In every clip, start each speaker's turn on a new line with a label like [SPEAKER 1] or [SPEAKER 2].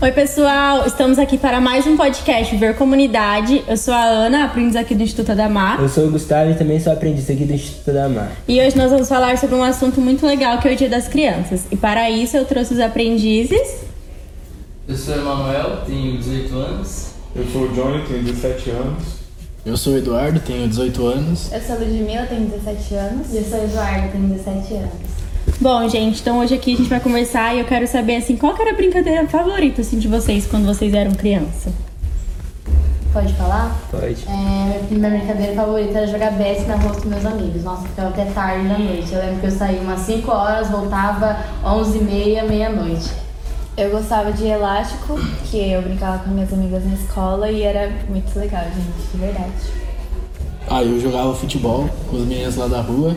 [SPEAKER 1] Oi, pessoal! Estamos aqui para mais um podcast Ver Comunidade. Eu sou a Ana, aprendiz aqui do Instituto Adamar.
[SPEAKER 2] Eu sou o Gustavo e também sou aprendiz aqui do Instituto da Mar.
[SPEAKER 1] E hoje nós vamos falar sobre um assunto muito legal que é o Dia das Crianças. E para isso eu trouxe os aprendizes.
[SPEAKER 3] Eu sou o Emanuel, tenho 18 anos.
[SPEAKER 4] Eu sou o Johnny, tenho 17 anos.
[SPEAKER 5] Eu sou o Eduardo, tenho 18 anos.
[SPEAKER 6] Eu sou Ludmilla, tenho 17 anos. E eu sou Eduardo, tenho 17 anos.
[SPEAKER 1] Bom, gente, então hoje aqui a gente vai conversar e eu quero saber, assim, qual que era a brincadeira favorita, assim, de vocês quando vocês eram criança?
[SPEAKER 6] Pode falar?
[SPEAKER 2] Pode.
[SPEAKER 6] É, minha brincadeira favorita era jogar BS na rua com meus amigos. Nossa, ficava até tarde da noite. Eu lembro que eu saía umas 5 horas, voltava 11 e meia, meia-noite. Eu gostava de elástico, que eu brincava com minhas amigas na escola e era muito legal, gente, de verdade.
[SPEAKER 5] Ah, eu jogava futebol com as meninas lá da rua.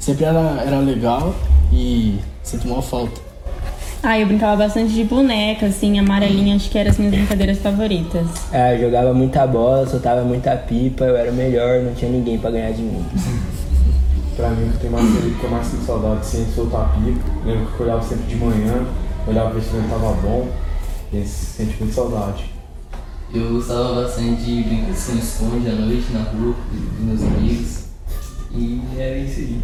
[SPEAKER 5] Sempre era, era legal e sinto uma falta.
[SPEAKER 1] Ah, eu brincava bastante de boneca, assim, amarelinha, acho que eram as minhas brincadeiras favoritas.
[SPEAKER 2] Ah, eu jogava muita bola, soltava muita pipa, eu era o melhor, não tinha ninguém pra ganhar de mim.
[SPEAKER 4] Pra mim, o que tem mais feliz, que eu mais sinto saudade sempre foi o tapinha. Lembro que eu olhava sempre de manhã, olhava pra ver se não tava bom. E esse sente muito saudade.
[SPEAKER 3] Eu gostava bastante de brincar com esconde à noite na rua com com meus amigos. E era isso aí.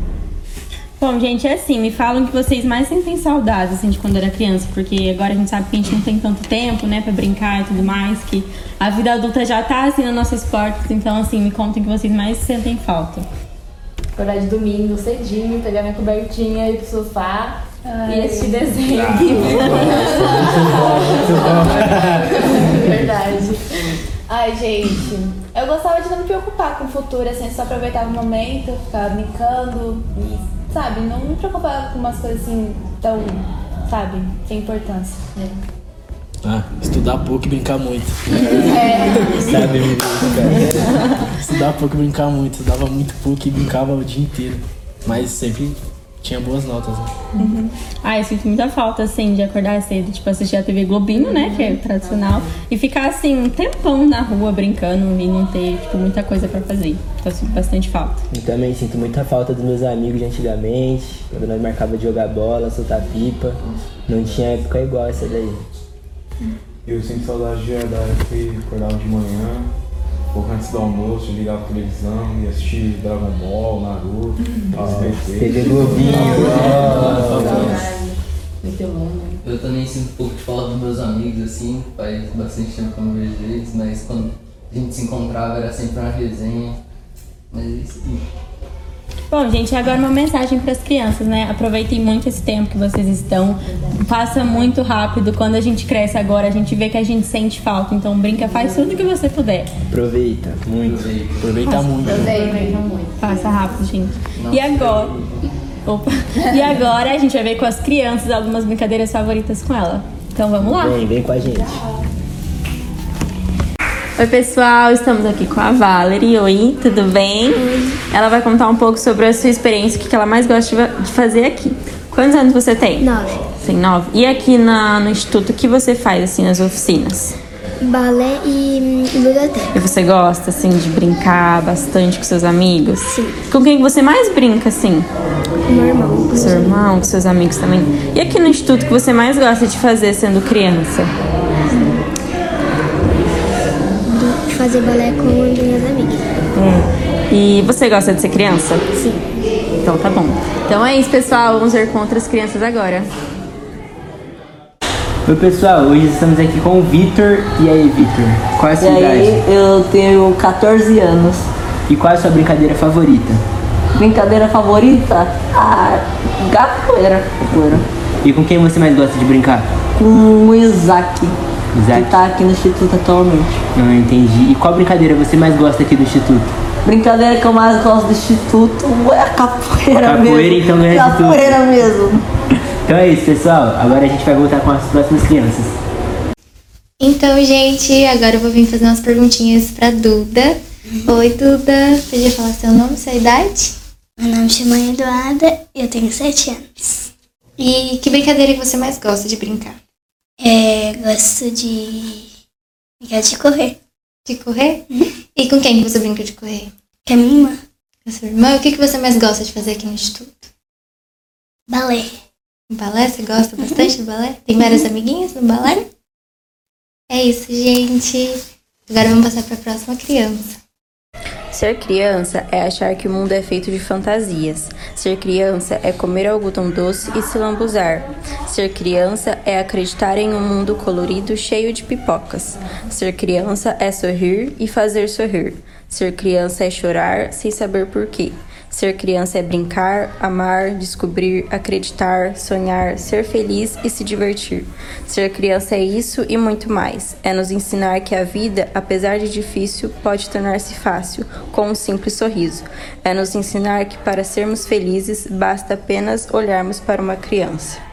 [SPEAKER 1] Bom, gente, é assim, me falam que vocês mais sentem saudades, assim, de quando era criança, porque agora a gente sabe que a gente não tem tanto tempo, né, pra brincar e tudo mais, que a vida adulta já tá, assim, nas nossas portas, então, assim, me contem que vocês mais sentem falta.
[SPEAKER 6] Acordar de domingo, cedinho, pegar minha cobertinha, ir pro sofá e assistir desenho. Verdade. Ai, gente, eu gostava de não me preocupar com o futuro, assim, só aproveitava o momento, ficava brincando e, sabe, não me preocupava com umas coisas assim tão, sabe, sem importância.
[SPEAKER 5] Ah, estudar pouco e brincar muito.
[SPEAKER 6] É.
[SPEAKER 2] Sabe, menino, cara?
[SPEAKER 5] Estudar pouco e brincar muito. Estudava muito pouco e brincava o dia inteiro. Mas sempre tinha boas notas, né?
[SPEAKER 1] Ah, eu sinto muita falta, assim, de acordar cedo, tipo, assistir a TV Globinho, né, que é tradicional, e ficar, assim, um tempão na rua brincando e não ter, tipo, muita coisa pra fazer. Então, eu sinto bastante falta.
[SPEAKER 2] Eu também sinto muita falta dos meus amigos de antigamente, quando nós marcava de jogar bola, soltar pipa. Não tinha época igual essa daí.
[SPEAKER 4] Eu sinto saudade de da época que eu acordava de manhã, um pouco antes do almoço, eu ligava a televisão e assistia Dragon Ball, Naruto,
[SPEAKER 2] TV
[SPEAKER 4] SBT.
[SPEAKER 2] Globinho, nossa.
[SPEAKER 6] Verdade. Muito né? longo.
[SPEAKER 3] Eu também sinto um pouco de falta dos meus amigos, assim, faz bastante tempo que eu não vejo eles, mas quando a gente se encontrava era sempre uma resenha. Mas é isso aí.
[SPEAKER 1] Bom, gente, agora uma mensagem para as crianças, né? Aproveitem muito esse tempo que vocês estão. Passa muito rápido. Quando a gente cresce agora, a gente vê que a gente sente falta. Então, brinca, faz tudo que você puder.
[SPEAKER 2] Aproveita, muito.
[SPEAKER 3] Aproveita.
[SPEAKER 5] Aproveitar muito. né?
[SPEAKER 6] Aproveita muito.
[SPEAKER 1] Passa rápido, gente.
[SPEAKER 3] Não
[SPEAKER 1] E
[SPEAKER 3] se
[SPEAKER 1] agora? Opa.
[SPEAKER 3] preocupa.
[SPEAKER 1] E agora a gente vai ver com as crianças algumas brincadeiras favoritas com ela. Então, vamos lá.
[SPEAKER 2] Vem, vem com a gente.
[SPEAKER 1] Oi, pessoal, estamos aqui com a Valerie. Oi, tudo bem? Ela vai contar um pouco sobre a sua experiência, o que que ela mais gosta de de fazer aqui. Quantos anos você tem?
[SPEAKER 7] Nove.
[SPEAKER 1] Tem nove. E aqui na- no instituto, o que você faz, assim, nas oficinas?
[SPEAKER 7] Balé e hum, ludoteca.
[SPEAKER 1] E você gosta, assim, de brincar bastante com seus amigos? Sim. Com quem que você mais brinca, assim?
[SPEAKER 7] Com meu irmão.
[SPEAKER 1] Com seu irmão, com seus amigos também? E aqui no instituto, o que você mais gosta de fazer sendo criança?
[SPEAKER 7] Do- Fazer balé com um as minhas amigas.
[SPEAKER 1] E você gosta de ser criança? Sim. Então tá bom. Então é isso, pessoal. Vamos ver com outras crianças agora.
[SPEAKER 2] Oi, pessoal, hoje estamos aqui com o Vitor. E aí, Vitor? Qual é a sua
[SPEAKER 8] E
[SPEAKER 2] idade?
[SPEAKER 8] aí eu tenho 14 anos.
[SPEAKER 2] E qual é a sua brincadeira favorita?
[SPEAKER 8] Brincadeira favorita? Ah, capoeira. Capoeira.
[SPEAKER 2] E com quem você mais gosta de brincar?
[SPEAKER 8] Com o Isaac,
[SPEAKER 2] Isaac?
[SPEAKER 8] que tá aqui no Instituto atualmente.
[SPEAKER 2] Não entendi. E qual brincadeira você mais gosta aqui do Instituto?
[SPEAKER 8] Brincadeira que eu mais gosto do Instituto é a capoeira,
[SPEAKER 2] Capoeira,
[SPEAKER 8] mesmo.
[SPEAKER 2] então, ganha de tudo.
[SPEAKER 8] Capoeira mesmo.
[SPEAKER 2] Então é isso, pessoal. Agora a gente vai voltar com as próximas crianças.
[SPEAKER 7] Então, gente, agora eu vou vir fazer umas perguntinhas pra Duda. Oi, Duda. Podia falar seu nome, sua idade? Meu nome é Mãe Eduarda, eu tenho sete anos.
[SPEAKER 9] E que brincadeira que você mais gosta de brincar?
[SPEAKER 7] É, gosto de brincar de correr.
[SPEAKER 9] De correr? E com quem que você brinca de correr?
[SPEAKER 7] Que é minha irmã.
[SPEAKER 9] Com a sua irmã? E O que, que você mais gosta de fazer aqui no Instituto?
[SPEAKER 7] Balé. Uhum.
[SPEAKER 9] Balé? Você gosta bastante do balé? Tem várias amiguinhas no balé? É isso, gente. Agora vamos passar para a próxima criança.
[SPEAKER 10] Ser criança é achar que o mundo é feito de fantasias. Ser criança é comer algodão doce e se lambuzar. Ser criança é acreditar em um mundo colorido cheio de pipocas. Ser criança é sorrir e fazer sorrir. Ser criança é chorar sem saber porquê. Ser criança é brincar, amar, descobrir, acreditar, sonhar, ser feliz e se divertir. Ser criança é isso e muito mais. É nos ensinar que a vida, apesar de difícil, pode tornar-se fácil com um simples sorriso. É nos ensinar que para sermos felizes basta apenas olharmos para uma criança.